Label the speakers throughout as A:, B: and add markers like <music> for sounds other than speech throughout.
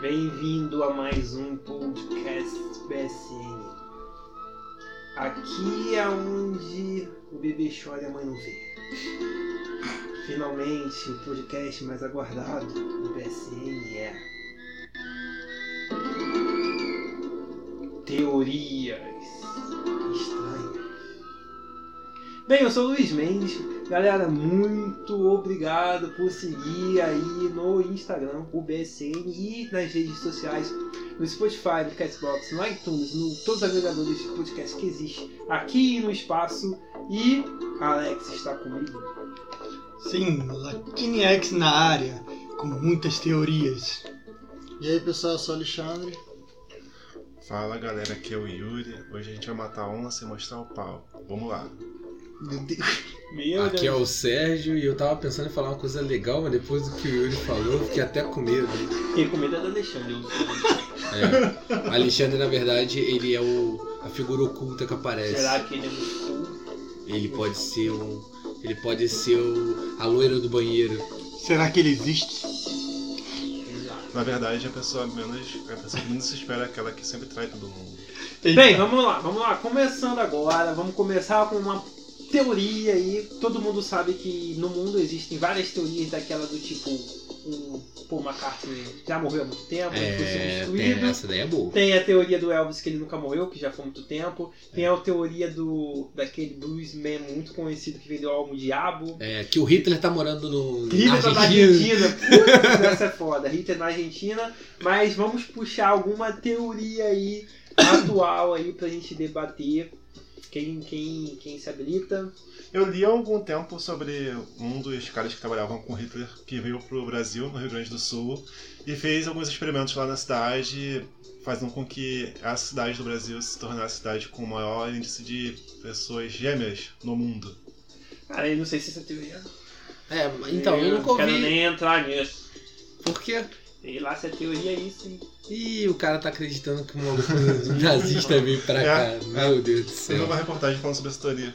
A: Bem-vindo a mais um podcast BSN. Aqui é onde o bebê chora e a mãe não vê. Finalmente, o podcast mais aguardado do BSN é. Teorias estranhas. Bem, eu sou o Luiz Mendes. Galera, muito obrigado por seguir aí no Instagram, o BSN, e nas redes sociais, no Spotify, no Castbox, no iTunes, no todos os agregadores de podcast que existe aqui no espaço. E Alex está comigo.
B: Sim, Latinex na área, com muitas teorias.
C: E aí pessoal, eu sou o Alexandre.
D: Fala galera, aqui é o Yuri. Hoje a gente vai matar onça e mostrar o pau. Vamos lá.
B: Meu Deus.
A: Meu
E: Aqui é o Sérgio e eu tava pensando em falar uma coisa legal, mas depois do que o Yuri falou, eu fiquei até com medo.
A: Quem com medo é do Alexandre. eu sou. <laughs>
E: É. Alexandre, na verdade, ele é o, a figura oculta que aparece.
A: Será que ele é muito cool?
E: Ele pode ser o. Ele pode ser o, a loira do banheiro.
B: Será que ele existe?
D: Na verdade, a pessoa menos. A pessoa que menos se espera é aquela que sempre trai todo mundo.
A: Bem, vamos lá, vamos lá. Começando agora, vamos começar com uma teoria aí. Todo mundo sabe que no mundo existem várias teorias daquela do tipo o Paul McCartney já morreu há muito tempo, ele foi
E: É,
A: substituído.
E: tem- essa daí é boa.
A: Tem a teoria do Elvis que ele nunca morreu, que já foi há muito tempo.
E: É.
A: Tem a teoria do daquele bluesman muito conhecido que vendeu o álbum Diabo.
E: É, que o Hitler tá morando no. na
A: Hitler tá na Argentina. Putz, essa é foda. Hitler na Argentina. Mas vamos puxar alguma teoria aí atual aí pra gente debater. Quem, quem, quem se habilita.
D: Eu li há algum tempo sobre um dos caras que trabalhavam com Hitler que veio pro Brasil, no Rio Grande do Sul, e fez alguns experimentos lá na cidade, fazendo com que a cidade do Brasil se tornasse a cidade com o maior índice de pessoas gêmeas no mundo.
A: Cara, eu não sei se essa teoria.
E: É, então, eu nunca
A: quero
E: ouvi.
A: nem entrar nisso.
E: Por quê?
A: Sei lá se a teoria é isso, hein?
E: Ih, o cara tá acreditando que um maluco nazista veio pra cá.
D: É,
E: Meu Deus do
D: Tem
E: céu.
D: uma reportagem falando sobre essa teoria.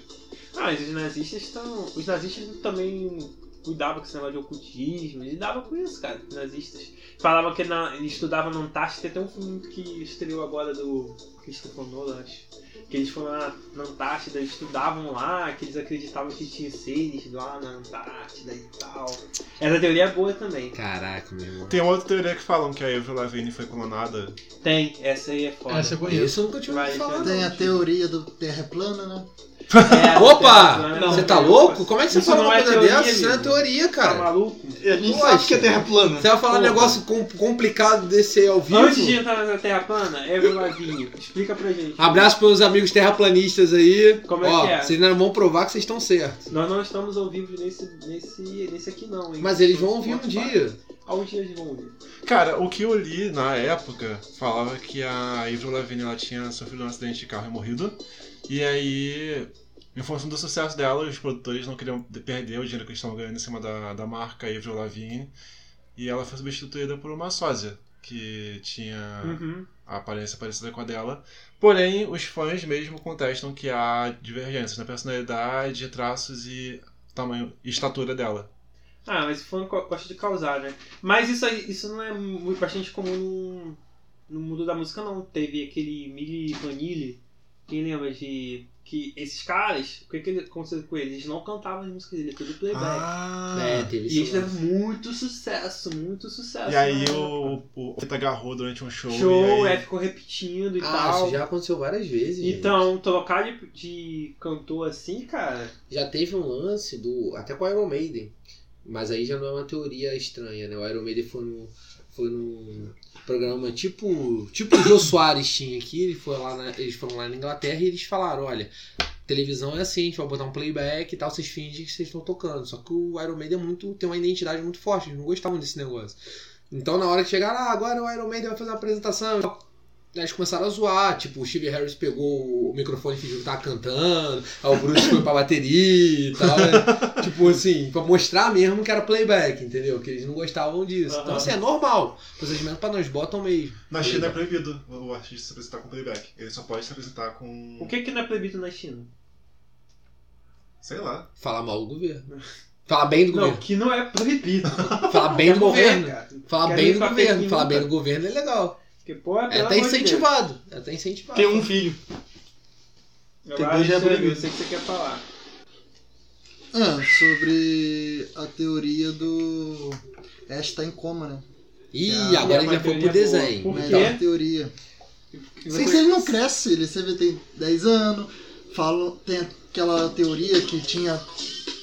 A: Ah, mas os nazistas estão. Os nazistas também cuidavam com esse negócio de ocultismo, eles davam com isso, cara, os nazistas. Falavam que na, eles estudavam na Antártida, tem até um filme que estreou agora do Christopher Nolan, acho. Que eles foram na, na Antártida, estudavam lá, que eles acreditavam que tinha seres lá na Antártida e tal. Essa teoria é boa também.
E: Caraca, meu irmão.
D: Tem uma outra teoria que falam que a Avril Lavigne foi colonada.
A: Tem, essa aí é foda.
B: Essa eu conheço.
E: Isso eu nunca tinha
A: Vai,
E: ouvido falar.
A: vai.
C: Tem a teoria do Terra plana, né?
A: É,
E: Opa!
A: não,
E: você
A: não,
E: tá
A: não,
E: louco? Como é que você
A: Isso
E: fala
A: não
E: uma
A: é
E: coisa
A: teoria,
E: dessa? Isso não é
A: amigo.
E: teoria,
A: Tá
E: cara.
A: maluco?
B: A gente
E: Poxa.
B: sabe que é terra plana.
E: Você vai falar um
A: Porra.
E: negócio com- complicado desse aí ao vivo?
A: Antes de entrar na Terra Plana, Evelyn Lavigne, explica pra gente.
E: Abraço pros amigos terraplanistas aí.
A: Como é
E: Ó,
A: que é?
E: Vocês não vão provar que vocês estão certos.
A: Nós não estamos ao vivo nesse, nesse, nesse aqui não, hein?
E: Mas eles vão ouvir um
A: Spotify.
E: dia.
A: Alguns dias eles vão ouvir.
D: Cara, o que eu li na época falava que a Avril Lavigne ela tinha sofrido um acidente de carro e morrido. E aí, em função do sucesso dela, os produtores não queriam perder o dinheiro que eles estavam ganhando em cima da, da marca Avril Lavigne. E ela foi substituída por uma sósia, que tinha
A: Uhum.
D: a aparência parecida com a dela. Porém, os fãs mesmo contestam que há divergências na personalidade, traços e tamanho e estatura dela.
A: Ah, mas fã co- gosta de causar, né? Mas isso aí, isso não é muito bastante comum no, no mundo da música, não. Teve aquele Milli Vanilli, quem lembra de... Que esses caras, o que, que ele- aconteceu com eles? Eles não cantavam as músicas dele, é tudo playback.
D: Ah!
E: É, teve
A: e eles
E: isso.
A: fizeram muito sucesso, muito sucesso.
D: E aí
A: né?
D: o, o, o Teta agarrou durante um show.
A: Show,
D: e
A: é,
D: aí,
A: ficou repetindo e
E: Ah,
A: tal.
E: isso já aconteceu várias vezes. gente.
A: Então, trocar de, de cantor assim, cara.
E: Já teve um lance do. Até com o Iron Maiden. Mas aí já não é uma teoria estranha, né? O Iron Maiden foi no. Foi num programa tipo. Tipo o Jô Soares tinha aqui. Ele foi lá na- eles foram lá na Inglaterra e eles falaram, olha, televisão é assim, a gente vai botar um playback e tal, vocês fingem que vocês estão tocando. Só que o Iron Maiden é muito, tem uma identidade muito forte, eles não gostavam desse negócio. Então na hora que chegaram, ah, agora o Iron Maiden vai fazer uma apresentação. e tal, Eles começaram a zoar, tipo, o Steve Harris pegou o microfone e fingiu que tava cantando, aí o Bruce foi pra bateria e
A: <laughs>
E: tal, né? Tipo assim, pra mostrar mesmo que era playback, entendeu? Que eles não gostavam disso.
A: Aham.
E: Então assim, é normal. Procedimento pra nós botam mesmo.
D: Na China é proibido o artista se apresentar com playback. Ele só pode se apresentar com.
A: O que que não é proibido na China?
D: Sei lá.
A: <laughs>
E: Falar mal do governo. Falar bem do
A: Não, É
E: governo.
A: que não é
E: <laughs>
A: proibido.
E: Falar bem
A: <laughs> Quer
E: do
A: morrer,
E: governo.
A: cara.
E: Falar
A: Quer
E: bem do
A: limpar
E: governo.
A: Pequim,
E: Falar bem
A: cara.
E: do governo é legal.
A: Porque, pô,
E: É
A: pelo amor de
E: até
A: Deus.
E: incentivado. É até incentivado.
B: Tem um filho.
A: Eu
B: Tem
A: acho
B: dois já é
A: que eu
B: proibido.
A: sei o que você quer falar.
C: Ah, sobre a teoria do. Ash tá em coma, né?
E: Ih,
C: Ah,
A: é
E: agora a gente
A: uma
E: já foi pro
A: teoria boa.
E: desenho.
A: Por quê?
C: Melhor teoria. Sim, se ele não cresce, ele sempre tem 10 anos. Falam, tem aquela teoria que tinha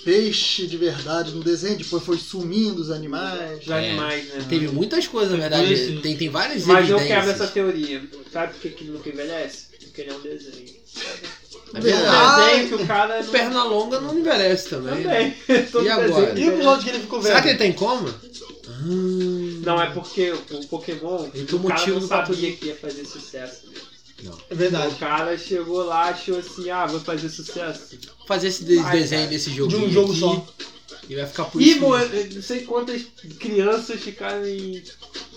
C: peixe de verdade no desenho, depois foi sumindo os animais.
A: Os
E: É.
A: animais, né?
E: Teve muitas coisas, na
B: Dois,
E: verdade.
B: sim.
E: Tem, tem várias
A: Mas eu
E: evidências.
A: quebro essa teoria. Sabe por que que nunca envelhece? Porque ele é um desenho.
E: É
C: Ah,
E: verdade.
A: desenho que o cara não...
E: Perna longa não envelhece também. né?
A: Também. <laughs> Todo
E: E agora?
A: desenho
B: E o
A: envelhece.
B: plot que ele ficou
E: Será que
B: velho?
E: ele tá em coma? Hum.
A: Não, é porque o Pokémon,
E: E que o
A: o cara
E: um motivo
A: não
E: do
A: sabia
E: Patrick-
A: que ia fazer sucesso.
B: É
A: O
B: verdade.
A: cara chegou lá, achou assim, ah, vou fazer sucesso.
E: Fazer esse de-
A: Vai,
E: desenho
A: cara.
E: desse jogo.
B: De um jogo
E: aqui,
B: só.
E: E vai ficar por
A: E
E: isso.
A: mo-
E: mesmo.
A: não sei quantas crianças ficaram em.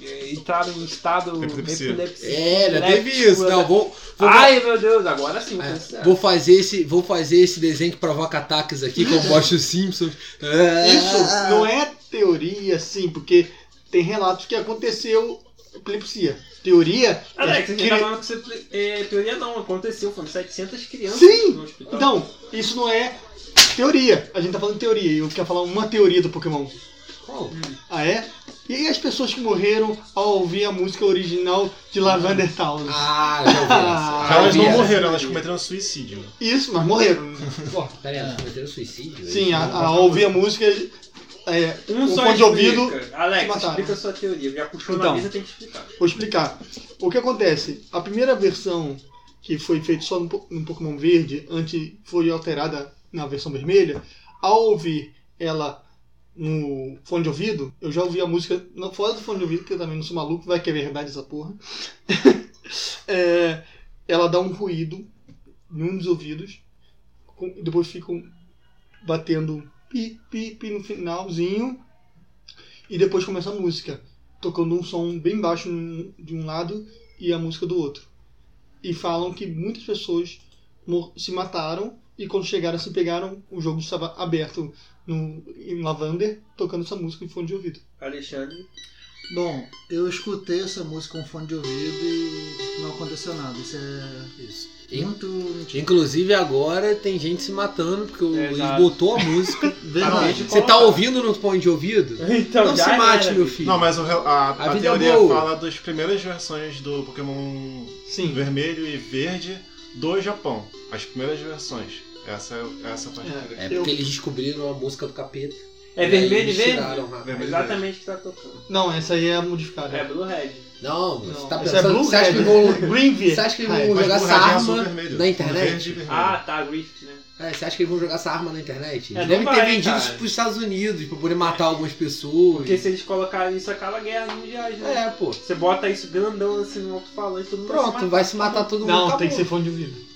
A: eh, entraram em estado
D: Epilepsia.
E: É, ainda teve
A: epilepsia.
E: isso. Não, vou. vou
A: né? Ai meu Deus, agora sim,
E: É,
A: vou pensar.
E: vou fazer esse, vou fazer esse desenho que provoca ataques aqui, como mostra os Simpsons. É.
B: Isso não é teoria, sim, porque tem relatos que aconteceu epilepsia. Teoria.
A: Alex,
B: é
A: a gente
B: que-
A: tá falando que você. eh, teoria não, aconteceu, foram 700 crianças
B: Sim,
A: no hospital.
B: Então, isso não é teoria. A gente tá falando teoria. E eu quero falar uma teoria do Pokémon.
E: Qual?
B: Ah, é? E aí as pessoas que morreram ao ouvir a música original de Lavender Town?
E: Ah, já ouvi essa.
B: Ah,
E: Já
D: elas
E: ouvi
D: não
E: essa.
D: morreram, elas cometeram um suicídio.
B: Isso, mas morreram.
E: Peraí, elas cometeram suicídio? é
B: Sim, a, a ouvir a música. é,
A: um
B: o
A: só
B: fone de
A: explica.
B: ouvido
A: Alex,
B: mataram.
A: explica a sua teoria. Já puxou na
B: Então.
A: mesa, tem que explicar.
B: Vou explicar. O que acontece? A primeira versão que foi feita só no, Po- no Pokémon Verde, antes foi alterada na versão vermelha, ao ouvir ela no fone de ouvido, eu já ouvi a música não, fora do fone de ouvido, que eu também não sou maluco, vai que é verdade essa porra. <laughs> É, ela dá um ruído em um dos ouvidos, com- e depois ficam batendo pi, pi, pi no finalzinho, e depois começa a música tocando um som bem baixo num- de um lado e a música do outro. E falam que muitas pessoas mor- se mataram e quando chegaram se pegaram, o jogo estava aberto no, em Lavander, tocando essa música em fone de ouvido.
A: Alexandre.
C: Bom, eu escutei essa música com fone de ouvido e não aconteceu nada. Isso é
E: Isso. In-
C: muito mentira.
E: Inclusive agora tem gente se matando porque o
A: É,
E: Luiz
A: já-
E: botou a música.
C: Verdade.
E: Você tá ouvindo no fone de ouvido?
A: <laughs> Então,
E: não
A: já
E: se mate,
A: era.
E: meu filho.
D: Não, mas o re- a,
E: A
D: a
E: vida é
D: teoria
E: boa.
D: fala das primeiras versões do Pokémon
B: Sim.
D: vermelho e verde do Japão. As primeiras versões. Essa é essa parte.
B: É.
D: que
E: É
D: eu-
E: porque
B: Eu-
E: eles descobriram a música do capeta.
A: É
E: E aí
A: vermelho e
E: eles
A: verde?
E: tiraram, rapaz.
D: Vermelho e
A: Exatamente o que tá tocando.
B: Não, essa aí é a modificada.
A: É Blue Red.
E: Não,
B: Não,
E: você tá
B: essa
E: pensando.
B: é Blue
E: você acha que
B: Red.
E: vão.
B: Green Verde.
E: Você acha que eles
B: Ah, é.
E: vão
D: Mas
E: jogar
D: Blue
E: essa
D: Red é azul
E: arma
D: vermelho.
E: na internet?
D: Verde e vermelho.
A: Ah, tá, Griffith, né?
E: É, você acha que eles vão jogar essa arma na internet? Eles
A: É,
E: devem
A: não
E: ter
A: vai,
E: vendido
A: cara.
E: isso pros Estados Unidos pra poder matar algumas pessoas.
A: Porque se eles colocarem isso, acaba a guerra mundial, né?
E: É, pô.
A: Você bota isso grandão assim no alto-falante, todo mundo vai se
E: Pronto,
A: matar.
E: vai se matar todo mundo.
B: Não,
E: acabou.
B: tem que ser fone de ouvido.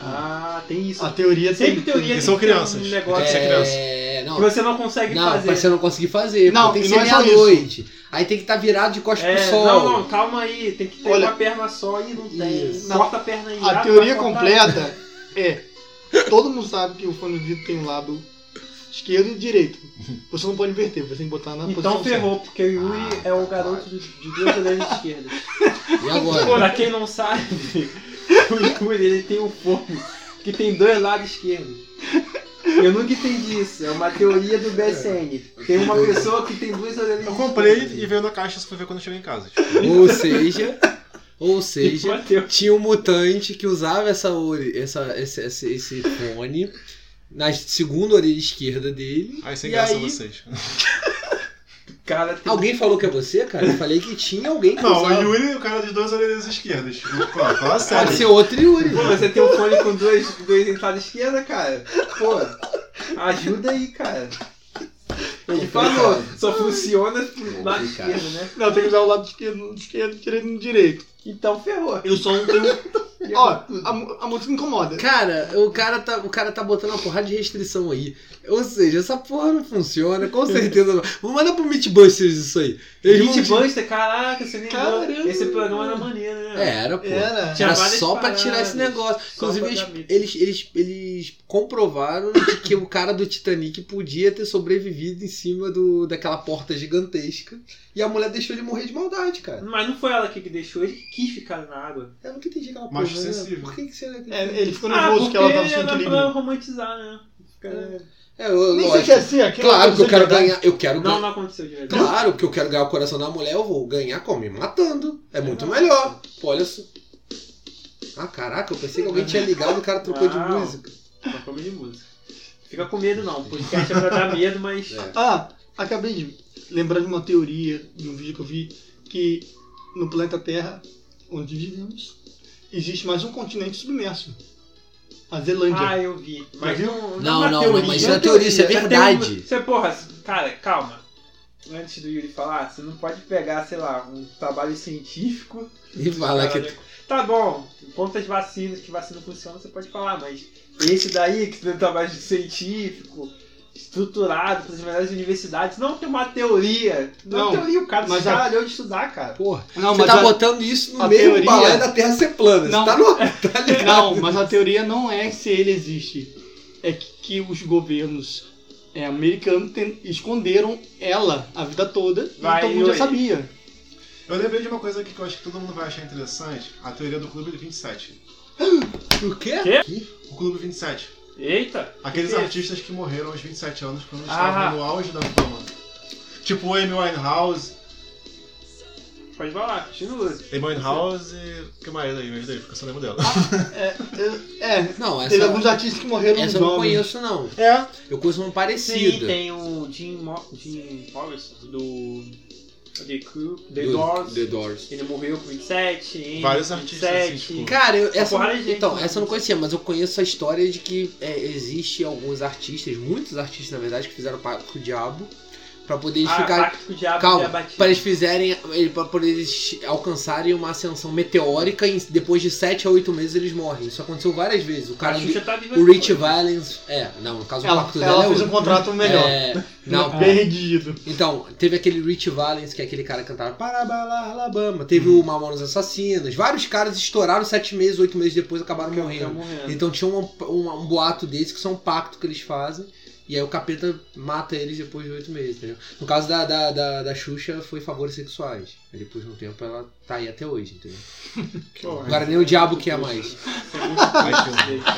A: Ah, tem isso.
B: A teoria
A: Sempre
B: tem.
A: teoria
D: Eles
A: tem
D: são
A: que ter
D: crianças.
A: Um
D: Tem que
A: negócio
D: ser criança.
E: É, não,
A: que você não consegue
E: não, é
A: fazer.
E: pra você não conseguir fazer.
B: Não,
E: Não, tem que
B: e
E: ser
B: não é só
E: meia-noite. Aí tem que estar virado de costas pro
A: É,
E: sol.
A: não, não, calma aí. Tem que ter
B: Olha-
A: uma perna só e não tem.
E: Isso.
A: Corta a perna em
B: A
A: lado,
B: teoria
A: vai cortar-
B: completa é: todo mundo sabe que o fone de ouvido tem um lado esquerdo e direito. Você não pode inverter, você tem que botar na
A: Então
B: posição certa.
A: ferrou, porque o Yuri
E: Ah,
A: é o
E: tá,
A: garoto de, de duas <laughs> orelhas esquerdas.
E: E agora?
A: pra quem não sabe, <laughs> o Yuri ele tem um fone que tem dois lados esquerdos. Eu nunca entendi isso. É uma teoria do BSN. Tem uma pessoa que tem duas orelhas
D: Eu comprei
A: esquerdas.
D: e veio na caixa, só fui ver quando eu cheguei em casa. tipo.
E: ou seja, ou seja,
A: Uma teoria.
E: tinha um mutante que usava essa, ori- essa, esse, esse, esse fone na segunda orelha esquerda dele.
D: Aí sem
E: E
D: graça
E: aí?
D: vocês.
A: Cara, tem
E: Alguém falou que é você, cara? Eu falei que tinha alguém que
D: Não, o
E: usava.
D: Yuri é o cara de duas orelhas esquerdas. Pô, <laughs> fala assim,
E: Pode ser
D: sério.
E: outro Yuri.
A: Pô, você tem um fone com dois, dois em cada esquerda, cara. Pô, ajuda aí, cara. Ele falou, só funciona pro lado
E: Complicado.
A: esquerdo, né?
B: Não, tem que usar o lado esquerdo, esquerdo direito no direito.
A: Então ferrou.
B: Eu só não tenho.
D: um-
B: Ó, a, mu- a música incomoda.
E: Cara, o cara, tá, o cara tá botando uma porrada de restrição aí. Ou seja, essa porra não funciona, com certeza não. Vou mandar pro Meatbusters isso aí. Eles vão te-
A: Hitbuster, caraca, você nem
B: Caramba.
A: lembra. Esse programa era maneiro, né?
E: Era, pô.
B: Era.
E: Era
A: Tinha várias
E: só pra
A: paradas.
E: tirar esse negócio.
A: Só
E: Inclusive,
A: pra
E: eles,
A: dar medo.
E: eles, eles, eles comprovaram de que o cara do Titanic podia ter sobrevivido em cima do, daquela porta gigantesca. E a mulher deixou ele morrer de maldade, cara.
A: Mas não foi ela que que deixou, ele quis ficar na água.
E: Eu nunca entendi aquela porra.
D: Macho
E: né?
D: sensível.
E: Por que, que você não
B: É,
E: acredita?
B: ele ficou
A: Ah,
B: nervoso
A: porque
B: que ela tá tava sem
A: era
B: equilíbrio.
A: pra romantizar, né? Ficar-
E: É, eu,
B: Nem sei
E: lógico.
B: se é assim, aquela
E: Claro que eu quero
B: personalidade.
E: ganhar. Eu quero ganhar.
A: Não, não aconteceu de verdade.
E: Claro que eu quero ganhar o coração da mulher, eu vou ganhar como? Me matando. É muito melhor. Pô, olha só. Ah, caraca, eu pensei que alguém tinha ligado e o cara trocou de
A: Não.
E: música.
A: Uma forma de música. Fica com medo não, o podcast é pra dar medo, mas.
E: É.
B: Ah, acabei de lembrar de uma teoria de um vídeo que eu vi que no planeta Terra, onde vivemos, existe mais um continente submerso. A Zelândia.
A: Ah, eu vi. Mas
B: Já
A: não,
E: Não,
A: é
E: não,
A: teoria, é
E: mas isso é teoria, isso é
A: teoria.
E: verdade.
A: Você, porra, cara, calma. Antes do Yuri falar, você não pode pegar, sei lá, um trabalho científico.
E: E falar que.
A: cara, né? Tá bom, quantas vacinas, que vacina funciona, você pode falar, mas esse daí, que tem um trabalho científico, estruturado pelas melhores universidades, não tem uma teoria. Não,
B: Não,
A: é teoria, o cara,
B: mas
A: mas
B: a-
A: cara olhou de estudar, cara.
E: Porra,
B: Não,
E: você
B: mas
E: tá
B: a-
E: botando isso no
B: a
E: meio
B: teoria-
E: do balé da Terra ser plana.
B: Não.
E: Você tá no. Tá ligado?
B: Não, mas a teoria não é se ele existe. É que, que os governos é, americanos ten- esconderam ela a vida toda
A: Vai,
B: e todo mundo já
A: Yuri.
B: sabia.
D: Eu lembrei de uma coisa aqui que eu acho que todo mundo vai achar interessante, a teoria do Clube 27.
E: O quê?
A: Quê?
D: O Clube 27.
A: Eita!
D: Aqueles
A: Que que é
D: artistas que morreram aos 27 anos quando
A: Ah.
D: estavam no auge da fama. Tipo Amy Winehouse,
A: Pode falar, continua.
D: Amy Winehouse e... O que mais aí? Me ajuda aí, porque eu só lembro dela.
B: É, é, é,
E: Não, essa,
B: teve alguns artistas que morreram
E: essa eu não
B: jovens.
E: conheço, não.
D: É,
E: Eu conheço uma
A: Sim,
E: parecida.
A: tem o Jim, Mo Jim Morrison do The, Crew, The
E: Do-
A: Doors.
E: The Doors.
A: Ele morreu com 27, hein?
D: Vários
A: com
D: artistas,
A: 27.
D: assim, tipo-
E: Cara, eu, essa,
A: Porrada de gente,
E: então,
A: né?
E: essa eu não conhecia, mas eu conheço a história de que é, existe alguns artistas, muitos artistas na verdade, que fizeram pacto com o diabo pra poder eles
A: ah,
E: ficar,
A: Pacto com o Diabo
E: Calma,
A: já batido.
E: pra eles fizerem, ele- pra poder eles alcançarem uma ascensão meteórica e depois de 7 a 8 meses eles morrem. Isso aconteceu várias vezes. O cara,
A: a Xuxa tá viva
E: o
A: até hoje.
E: Rich Valens, é, não, no caso o
B: Ela,
E: pacto dela
B: ela
E: é
B: fez um
E: outro.
B: contrato melhor.
E: É, não,
B: <laughs> Bem redigido.
E: Então, teve aquele Rich Valens, que é aquele cara que cantava Parabala Alabama. Teve o Mamonas Assassinas. Vários caras estouraram sete meses, oito meses depois acabaram
A: Tá
E: morrendo.
A: morrendo.
E: Então tinha uma- uma- um boato desse que são um pacto que eles fazem. E aí o capeta mata eles depois de oito meses, entendeu? No caso da, da, da, da Xuxa, foi favores sexuais. Aí depois de um tempo ela tá aí até hoje, entendeu? Agora nem o diabo quer mais.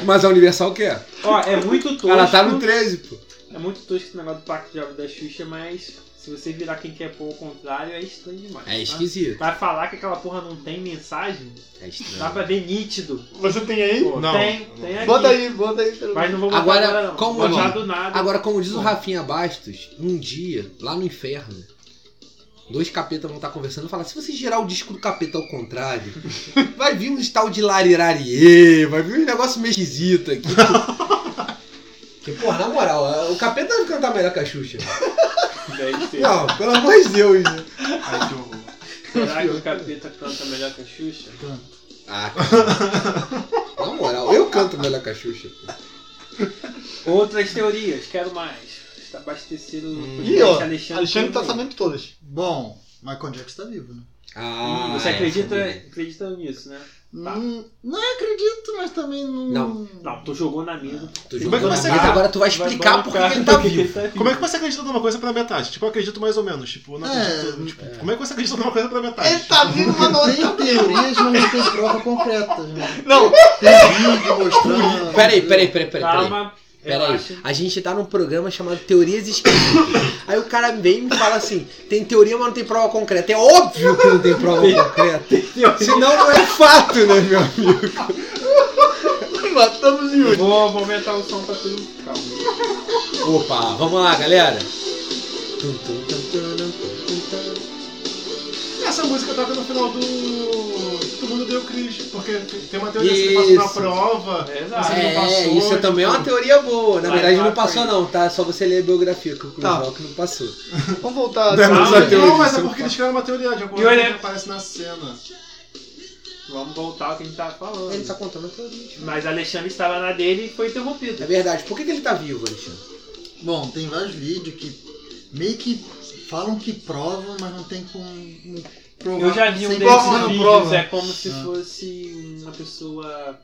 E: Mas a Universal quer.
A: Ó, é muito
E: <laughs>
A: tosco.
E: Ela tá no 13, pô.
A: É muito tosco esse negócio do Pacto Diabo da Xuxa, mas se você virar quem quer pôr ao contrário, é estranho demais.
E: É
A: tá?
E: esquisito.
A: Vai falar que aquela porra não tem mensagem?
E: É
A: Dá
E: estranho.
A: pra ver nítido.
B: Você tem aí?
A: Pô,
D: Não.
A: tem, tem aqui.
B: Bota aí, bota aí. pelo-
A: Mas não vou botar
E: Agora,
A: agora, não.
E: como
A: vou botar
E: diz-
A: do nada.
E: Agora, como diz o Rafinha Bastos, um dia, lá no inferno, dois capetas vão estar conversando e falar: se você girar o disco do capeta ao contrário, vai vir um tal de larirarie, vai vir um negócio meio esquisito aqui. Porque, porra, na moral, o capeta vai cantar melhor que a Xuxa.
A: Deve ser.
E: Não, pelo amor de Deus. né?
D: Ai, que horror.
A: Será que o capeta canta melhor que a Xuxa?
E: Ah, cara. na moral, eu canto melhor que a Xuxa.
A: Outras teorias, quero mais. Está abastecido
E: Hum.
A: o
B: Ih, ó,
A: Alexandre.
B: Alexandre tá
A: também.
B: sabendo de todas.
C: Bom, Michael Jackson tá vivo, né?
E: Ah,
A: Você
E: é,
A: acredita,
E: sabia.
A: acredita nisso, né? Tá.
C: Não, Hum, não acredito, mas também não.
E: Não.
A: Não, tu jogou na mesa.
D: Como
E: Tô
D: é que
E: jogando
D: você
A: tá-
E: Ah, na mesa,
D: acredita?
E: agora tu vai explicar por que que ele tá vivo.
D: Como é que você acredita numa coisa pra metade? Tipo, eu acredito mais ou menos. Tipo, eu não
C: É,
D: acredito. Tipo, Como é que você acredita numa coisa pra metade?
B: Ele tá vivo, mas não
C: Tem teorias, mas tem prova concreta. Né?
B: Não,
C: Tem vídeo mostrando.
E: Peraí, peraí, peraí, peraí. peraí.
A: Calma,
E: Pera aí,
A: relaxa.
E: a gente tá num programa chamado Teorias <coughs> Esquisitas. aí o cara vem e me fala assim: tem teoria, mas não tem prova concreta. É óbvio que não tem prova concreta. Senão não é fato, né, meu amigo?
B: matamos o Yuri.
A: Vou, vou aumentar o som pra tudo. Calma.
E: Opa, vamos lá, galera.
D: Essa música tava no final do. Todo mundo deu Cris. Porque tem uma teoria se ele
E: Isso.
D: passou na prova.
A: É,
D: Você
A: exato.
D: não
E: É,
D: passou,
C: né?
E: isso também é uma
D: tipo-
E: teoria boa. Na
A: Vai,
E: verdade,
A: vai,
E: não passou,
A: vai.
E: não, tá? É só você ler a biografia que o Cruz
B: Tá.
E: Rock não passou.
B: Vamos voltar.
E: Não é mais
D: tá.
B: Calma.
E: a teoria.
D: Ah, Não, mas
E: isso
D: é
E: eu
D: porque eles criaram uma teoria de alguma
A: E olha-
D: coisa que aparece na cena.
A: Vamos voltar ao que a gente tava falando.
E: Ele tá contando a teoria. tipo.
A: Mas Alexandre estava na dele e foi interrompido.
E: É verdade. Por que, que ele tá vivo, Alexandre?
C: Bom, tem vários vídeos que meio que falam que provam, mas não tem como como provar.
A: Eu já vi um
C: sem
A: desses
B: prova, não
A: vídeos,
B: prova.
A: é como se
C: Ah.
A: fosse uma pessoa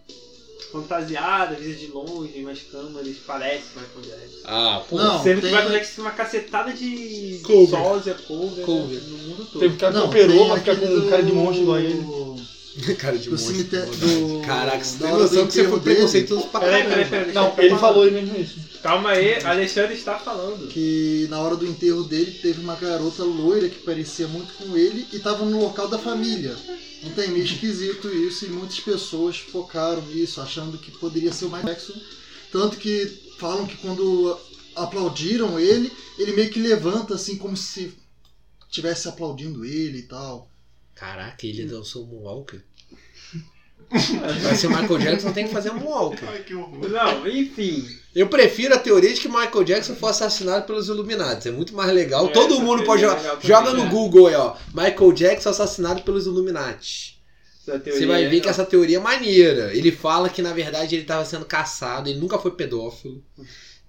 A: fantasiada, vista de longe, umas câmeras, parece Michael Jackson.
E: Ah, pô.
C: Não,
A: Sendo que
C: tem-
A: Michael Jackson tem uma cacetada de
B: Cover.
A: sósia, cover,
E: Cover.
A: Né, no mundo todo.
B: Teve cara que
C: Não,
B: operou
C: tem
B: pra ficar com
C: aquele
B: um cara de
C: do-
B: monstro igual a ele.
E: <laughs> Cara de
C: Do
E: monstro.
C: cemitério-
E: mano.
C: do-
E: Caraca, você tem
C: da hora do
E: noção que você foi
C: enterro dele.
E: preconceituoso pra
A: Peraí,
E: caralho.
A: peraí, peraí.
B: Não,
A: Alexandre
B: ele
A: tá falando.
B: falou ele mesmo isso.
A: Calma aí, Alexandre está falando.
C: Que na hora do enterro dele teve uma garota loira que parecia muito com ele e tava no local da família. Não tem meio esquisito isso e muitas pessoas focaram nisso, achando que poderia ser o Michael Jackson. Tanto que falam que quando aplaudiram ele, ele meio que levanta assim como se estivesse aplaudindo ele e tal.
E: Caraca, ele dançou um Moonwalker? Pra ser Michael Jackson tem que fazer um Moonwalker.
D: Ai, que horror.
A: Não, enfim.
E: Eu prefiro a teoria de que Michael Jackson foi assassinado pelos Illuminati. É muito mais
A: É,
E: legal. Todo
A: essa
E: mundo
A: teoria
E: pode
A: é
E: jogar.
A: legal também,
E: Joga no
A: né?
E: Google aí, ó. Michael Jackson assassinado pelos Illuminati.
A: essa teoria
E: Você vai
A: é-
E: ver que essa teoria é maneira. Ele fala que, na verdade, ele tava sendo caçado. Ele nunca foi pedófilo.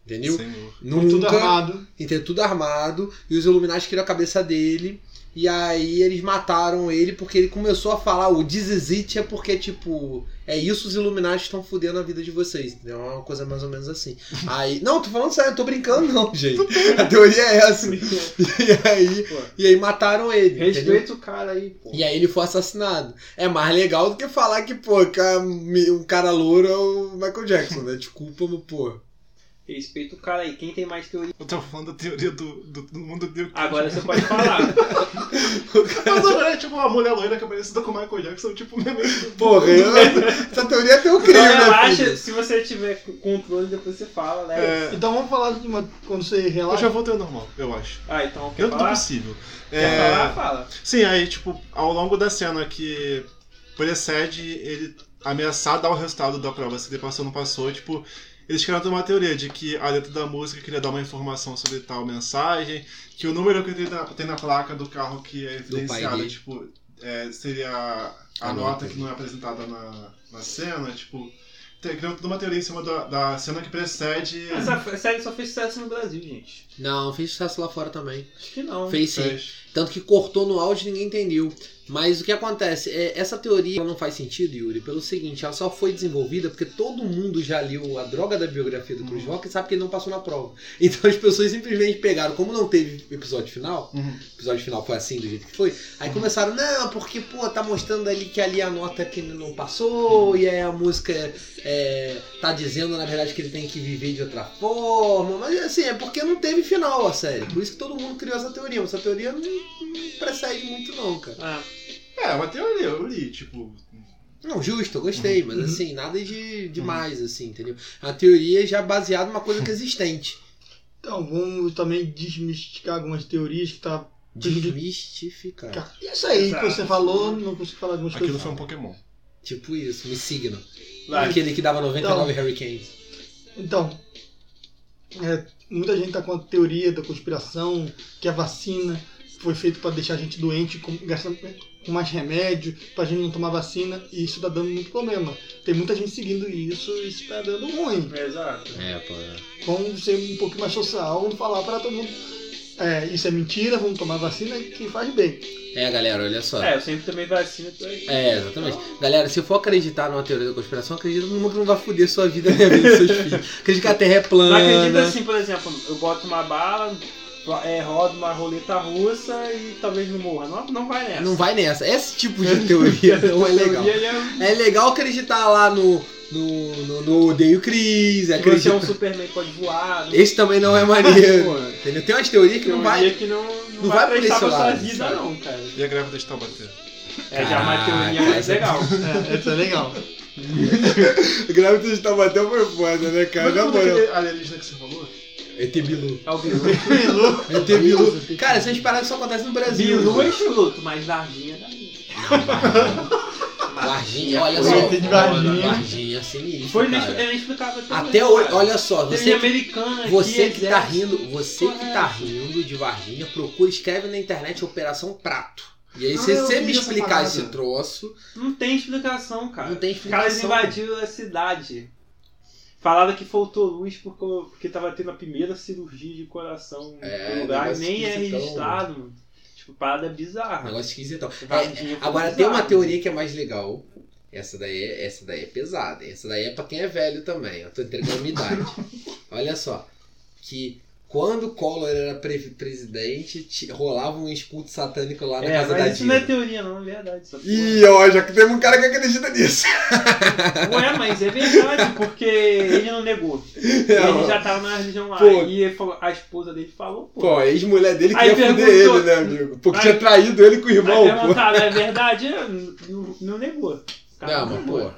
E: Entendeu?
D: Senhor.
E: Nunca.
B: Tudo armado.
E: E tem tudo armado. E os Illuminati queriam a cabeça dele. E aí eles mataram ele porque ele começou a falar o desisite é porque, tipo, é isso os Illuminati estão fudendo a vida de vocês. entendeu? É uma coisa mais ou menos <laughs> assim. Aí. Não, tô falando sério, não tô brincando, não, gente. A teoria é essa. <laughs> E aí.
A: Pô,
E: E aí mataram ele. entendeu?
A: Respeita o cara aí, pô.
E: E aí ele foi assassinado. É mais legal do que falar que, pô, ca- me- um cara louro é o Michael Jackson, né? Desculpa, mas, pô. <laughs>
A: Respeita o cara aí. Quem tem mais teoria?
D: Eu tô falando da teoria do, do, do mundo do <laughs>
A: Agora você pode
E: <laughs>
A: falar. Então,
D: Mas agora é tipo uma mulher loira que é parecida com o Michael Jackson, tipo, <laughs> mesmo.
E: Porra, eu- essa teoria é teu crime,
A: Então,
E: né?
A: relaxa,
E: filho?
A: se você tiver c- controle, depois você fala, né?
D: É,
B: Então vamos falar de uma. Quando você
D: eu
B: relaxa.
D: já voltei ao normal, eu acho.
A: Ah, então quer
D: Dentro do
A: falar?
D: possível.
A: Quer
D: É,
A: falar? Fala.
D: Sim, aí, tipo, ao longo da cena que precede ele ameaçar dar o resultado da prova, se ele passou ou não passou, tipo, eles criaram uma teoria de que a letra da música queria dar uma informação sobre tal mensagem, que o número que tem na, tem na placa do carro que é evidenciado,
E: dele.
D: tipo, é, seria a,
E: A
D: nota,
E: nota.
D: que não é apresentada na, na cena, tipo, te- criaram toda uma teoria em cima da, da cena que precede...
A: Essa série só fez sucesso no Brasil, gente.
E: Não, fez sucesso lá fora também.
A: Acho que não.
E: Fez sim. Tanto que cortou no áudio e ninguém entendeu. Mas o que acontece? É, essa teoria ela não faz sentido, Yuri, pelo seguinte, ela só foi desenvolvida porque todo mundo já leu a droga da biografia do Cruz Rock e sabe que ele não passou na prova. <laughs> Então as pessoas simplesmente pegaram, como não teve episódio final,
D: Uhum.
E: o episódio final foi assim do jeito que foi, aí começaram, não, porque, pô, tá mostrando ali que ali a nota que ele não passou, e aí a música é, tá dizendo, na verdade, que ele tem que viver de outra forma, mas assim, é porque não teve final a série. Por isso que todo mundo criou essa teoria, mas essa teoria não, não precede muito, não, cara.
A: Ah,
D: É, uma teoria, eu li, tipo...
E: Não, justo, eu gostei, mas assim, nada de demais, assim, entendeu? A teoria já é baseada numa coisa que é existente.
B: Então vamos também desmistificar algumas teorias que tá.
E: Uhum. Desmistificar.
B: é Isso aí que
A: Exato.
B: você falou, não consigo falar algumas
D: Aquilo
B: coisas.
D: foi um Pokémon.
E: Tipo isso, me signo.
A: vai.
E: Aquele que dava 99 Hurricanes.
B: Então, é, muita gente tá com a teoria da conspiração, que a vacina foi feita para deixar a gente doente, com, gastando é, com mais remédio, pra gente não tomar vacina, e isso tá dando muito problema. Tem muita gente seguindo isso e isso tá dando ruim.
A: Exato.
E: É, pô. é.
B: Vamos ser um pouquinho mais social, vamos falar para todo mundo. é, isso é mentira, vamos tomar vacina que faz bem.
E: É, galera, olha só.
A: É, eu sempre tomei vacina por aí.
E: É, exatamente. Galera, se for acreditar numa teoria da conspiração, acredita no mundo que não vai foder sua vida nem a vida dos
A: <laughs>
E: seus filhos. Acredita que a Terra é
A: Não acredito
E: plana.
A: assim, por exemplo, eu boto uma bala, é, rodo uma roleta russa e talvez não morra. Não, não vai nessa.
E: Não
A: <laughs>
E: vai nessa. Esse tipo de teoria não é legal.
A: E ele é-
E: É legal acreditar lá no. No, no, no Odeio Cris,
A: que você é
E: acredita.
A: um Superman, pode voar. Não...
E: Esse também não
A: <laughs>
E: é maneiro.
A: Pô,
E: Entendeu? Tem umas teorias que
A: Teoria
E: não vai.
A: que não, não,
E: não vai
A: vai
E: por
A: prestar
E: esse
A: pra sua
E: lado,
A: vida,
E: sabe?
A: não, cara.
D: E a grávida de Taubaté?
A: É já uma
E: Caraca,
A: teoria mais
E: essa- <laughs>
A: legal.
B: É, isso
C: <laughs>
B: é legal.
E: Grávida de Taubaté foi tá foda, né,
D: Mas
E: Na
D: como é
E: moral.
D: aquele alienígena que você falou?
E: ET Bilu.
A: É o Bilu.
E: ET
C: um-
E: Bilu. Cara, essas paradas só acontecem no Brasil.
A: Bilu é escroto, mas larguinha da vida.
E: Varginha, olha
B: Foi
E: só.
B: ET de Varginha.
E: Varginha sinistro.
A: Foi
E: cara.
A: inexplicável. inexplicável até hoje,
E: Até hoje,
A: cara.
E: olha só,
A: Teoria
E: você,
A: americana
E: você que
A: aqui,
E: tá
A: exército.
E: rindo, você que tá rindo de Varginha, procura, escreve na internet Operação Prato. E aí,
A: Ah,
E: se
A: eu
E: você
A: vi
E: me
A: essa
E: explicar
A: parada.
E: esse troço,
A: Não tem explicação, cara.
E: não tem
A: Os caras
E: explicação.
A: invadiram a cidade. Falaram que faltou luz porque, porque tava tendo a primeira cirurgia de coração
E: É,
A: no lugar e
E: negócio
A: nem é
E: esquisitão.
A: registrado. mano. Tipo, parada bizarra.
E: Um Negócio esquisitão. É,
A: Invadiram, foi
E: agora, tem uma
A: bizarro.
E: teoria que é mais legal. Essa daí, é- essa daí é pesada. hein? Essa daí é pra quem é velho também. Eu tô entregando a minha
A: <laughs>
E: idade. Olha só. Que quando o Collor era pre- presidente, ti- rolava um escudo satânico lá na
A: É,
E: casa da
A: mas isso não é
E: Dilma.
A: teoria, não, é verdade. Essa porra.
E: Ih, ó, já que teve um cara que acredita nisso.
A: Ué, mas é verdade, porque ele não negou. Ele já tava na religião lá.
E: Pô.
A: E ele falou- a esposa dele falou, pô.
E: Pô, a ex-mulher dele
A: Aí
E: queria foder
A: perguntou-
E: ele, né, amigo? Porque
A: Aí-
E: tinha traído ele com o
A: Aí
E: irmão, pô.
A: perguntaram, é verdade? Não, não negou. O cara
E: Não,
A: não
E: mas
A: negou.
E: pô.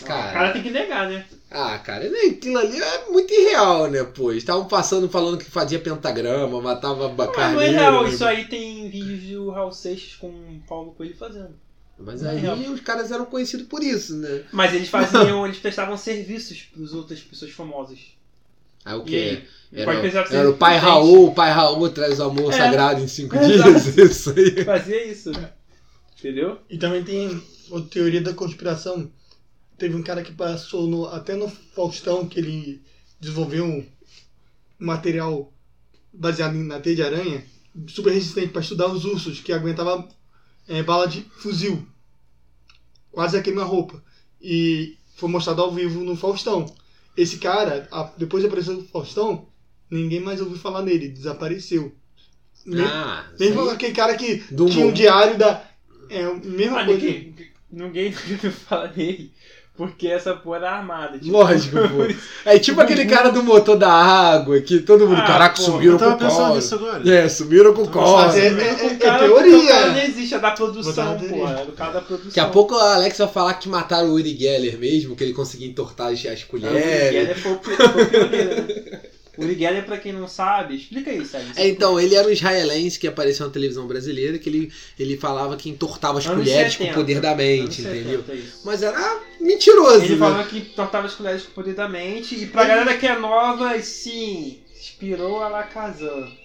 A: O
E: Cara,
A: cara tem que negar, né?
E: ah, cara, né, aquilo ali é muito irreal, né, pô? Eles estavam passando falando que fazia pentagrama, matava né?
A: Mas
E: bacarneiro.
A: não é real,
E: amigo.
A: isso aí tem vídeos do Raul Seixas com o Paulo Coelho fazendo.
E: Mas
A: Não é
E: aí
A: real.
E: os caras eram conhecidos por isso, né?
A: Mas eles
E: <laughs>
A: faziam, eles prestavam serviços pras outras pessoas famosas.
E: Aí
A: E
E: o
A: aí?
E: quê? Era,
A: pode pensar que
E: era
A: você
E: o pai
A: entende.
E: Raul, o pai Raul traz o amor
A: É.
E: sagrado em cinco
A: É,
E: dias. <laughs> Isso aí.
A: Fazia isso. né? Entendeu?
B: E também tem a teoria da conspiração. Teve um cara que passou no- até no Faustão que ele desenvolveu um material baseado em- na teia de aranha, super resistente para estudar os ursos, que aguentava eh, bala de fuzil, quase a queima-roupa. E foi mostrado ao vivo no Faustão. Esse cara, a- depois de aparecer no Faustão, ninguém mais ouviu falar nele, desapareceu. Me-
E: Ah, isso
B: Mesmo
E: aí.
B: aquele cara que
E: Do
B: tinha um
E: mundo.
B: diário da. É a mesma
A: Mas
B: coisa.
A: ninguém, ninguém <laughs> fala dele. Porque essa porra era armada. Tipo, <laughs>
E: Lógico, pô. É tipo aquele cara do motor da água que todo mundo.
A: um Ah,
E: caraca,
A: pô,
E: sumiram
D: eu
E: com
D: tava
E: o
D: pensando
E: colo.
D: nisso agora.
E: É, sumiram com o
D: Tava
E: colo.
B: Mas é,
D: pensando-
B: é- é-
A: O
B: é
A: cara- O cara não
B: teoria.
A: existe, é da produção,
B: Botar na
A: porra. É do cara da produção.
E: Daqui a pouco a Alex vai falar que mataram o Uri Geller mesmo, que ele conseguia entortar as, as
A: O Uri
E: colheres.
A: Geller foi o pri- foi o pioneiro. né? O Uri Geller, pra quem não sabe, explica isso, Alex.
E: É, então, ele era um israelense que apareceu na televisão brasileira, que ele, ele falava que entortava as
A: Anos
E: colheres
A: 70,
E: com o poder da
A: Anos
E: mente,
A: 70,
E: entendeu?
A: é isso.
E: Mas era mentiroso,
A: Ele
E: né?
A: falava que tortava as colheres com o poder da mente. E pra galera que é nova, sim, inspirou a Alakazam.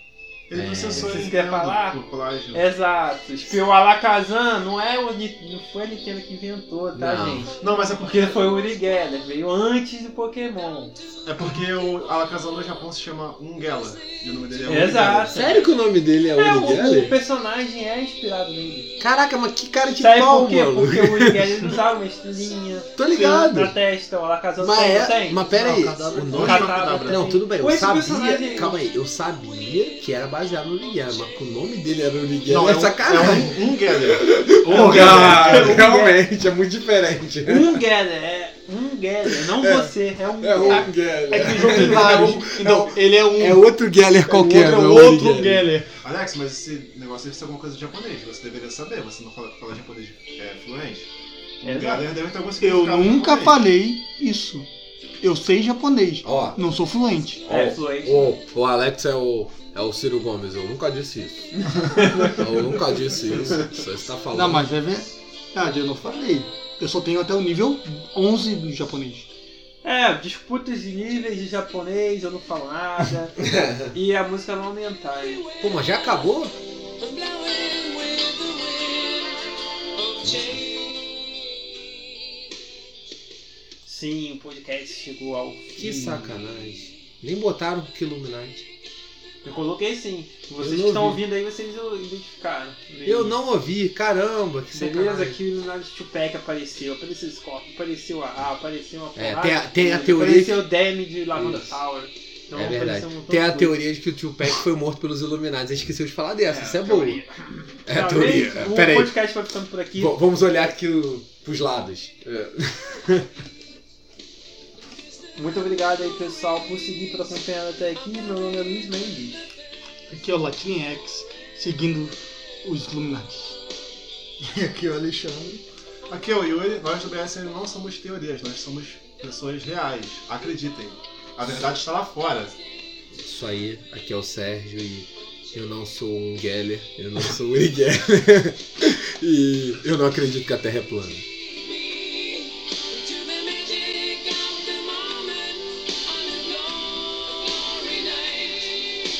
D: Ele
E: É.
D: processou
A: Vocês
D: ele
A: querem falar? É.
D: por plágio.
A: Exato. Inspirou a Alakazam, não, é o Ni- não foi a Nintendo que inventou, tá,
E: Não.
A: gente?
D: Não, mas é porque,
A: Porque foi o Uri Geller, veio antes do Pokémon.
D: é porque o Alakazam no Japão se chama Ungela. E o nome dele é Ungela.
A: Exato.
E: Sério que o nome dele é
A: É,
E: Uri
A: o, o
E: Geller?
A: personagem é inspirado nele.
E: Caraca, mas que cara de
A: Sabe
E: pau,
A: por quê?
E: mano.
A: Porque o Uri Geller ele usava uma
E: <laughs>
A: estrelinha
E: Tô ligado.
A: na testa, o Alakazam
E: Mas,
A: tem, não
E: é,
A: tem? Um
E: mas pera aí.
C: Não, cada-
E: O
D: Não,
E: nome...
A: Cadabra.
D: Cadabra.
E: Não, tudo bem,
A: Ou
E: eu
A: esse
E: sabia.
A: personagem-
E: Calma aí, eu sabia que era baseado no Uri Geller, mas que o nome dele era Uri Geller.
D: Não, é,
E: é
D: um-
E: sacanagem.
D: é um Ungela.
A: É
E: Porra, realmente, é muito diferente.
A: Um Geller, é um Geller, não você, é um
E: É
A: Geller.
E: um Geller.
B: É que o jogo tem
A: <laughs>
B: vários. Então, ele é um.
E: É outro Geller qualquer,
B: outro, é
E: não é
B: outro
E: Uri Geller.
B: Geller.
D: Alex, mas esse negócio deve ser alguma coisa de japonês. Você deveria saber. Você não fala, fala japonês é, fluente.
A: Exato.
D: Ungela deve ter algum
B: Eu
D: significado
B: nunca
D: japonês.
B: falei isso. Eu sei japonês.
E: Ó,
B: Não sou fluente.
A: É, fluente.
E: O, o Alex é o, é o Ciro Gomes, eu nunca disse
A: <laughs>
E: isso. eu nunca disse isso. Você está falando.
B: Não, mas é verdade, eu não falei. Eu só tenho até o nível 11 do japonês.
A: É, disputas de níveis de japonês, eu não falo
E: <laughs>
A: nada. e a música não aumentar. hein?
E: <laughs> Pô, mas já acabou?
A: Sim, o podcast chegou ao fim.
E: Que sacanagem. Nem botaram que Illuminati.
A: Eu coloquei sim.
E: Eu
A: Vocês
E: não
A: que estão
E: ouvi.
A: ouvindo aí, vocês identificaram.
E: Eu não ouvi, caramba, que
A: Beleza,
E: sacanagem.
A: aqui o Leonardo Tupac apareceu, apareceu Scorpion, apareceu a A, apareceu uma
E: É,
A: porrada
E: tem a-
A: de
E: tem a
A: coisa.
E: teoria
A: Apareceu o Demi de Lavanda
E: Isso.
A: Tower. Então
E: É
A: apareceu
E: verdade.
A: um montão
E: Tem a
A: de coisa.
E: teoria de que o tio Peck foi morto pelos Illuminati. Esqueceu de falar dessa, isso é bom.
A: teoria.
E: É a
A: Tá,
E: teoria.
A: bem,
E: Pera
A: O
E: aí.
A: podcast vai ficando por aqui.
E: V- Vamos olhar aqui o, pros lados.
A: Muito obrigado aí, pessoal, por seguir, por acompanhar até aqui. Meu nome é Luiz Mendes.
B: Aqui é o Latin X, seguindo os Illuminati.
C: E aqui é o Alexandre.
D: Aqui é o Yuri. Nós do BSN não somos teorias. Nós somos pessoas reais. Acreditem. A verdade está lá fora.
E: Isso aí, aqui é o Sérgio e eu não sou <laughs> um Geller, eu não sou um Uri Geller. e eu não acredito que a Terra é plana.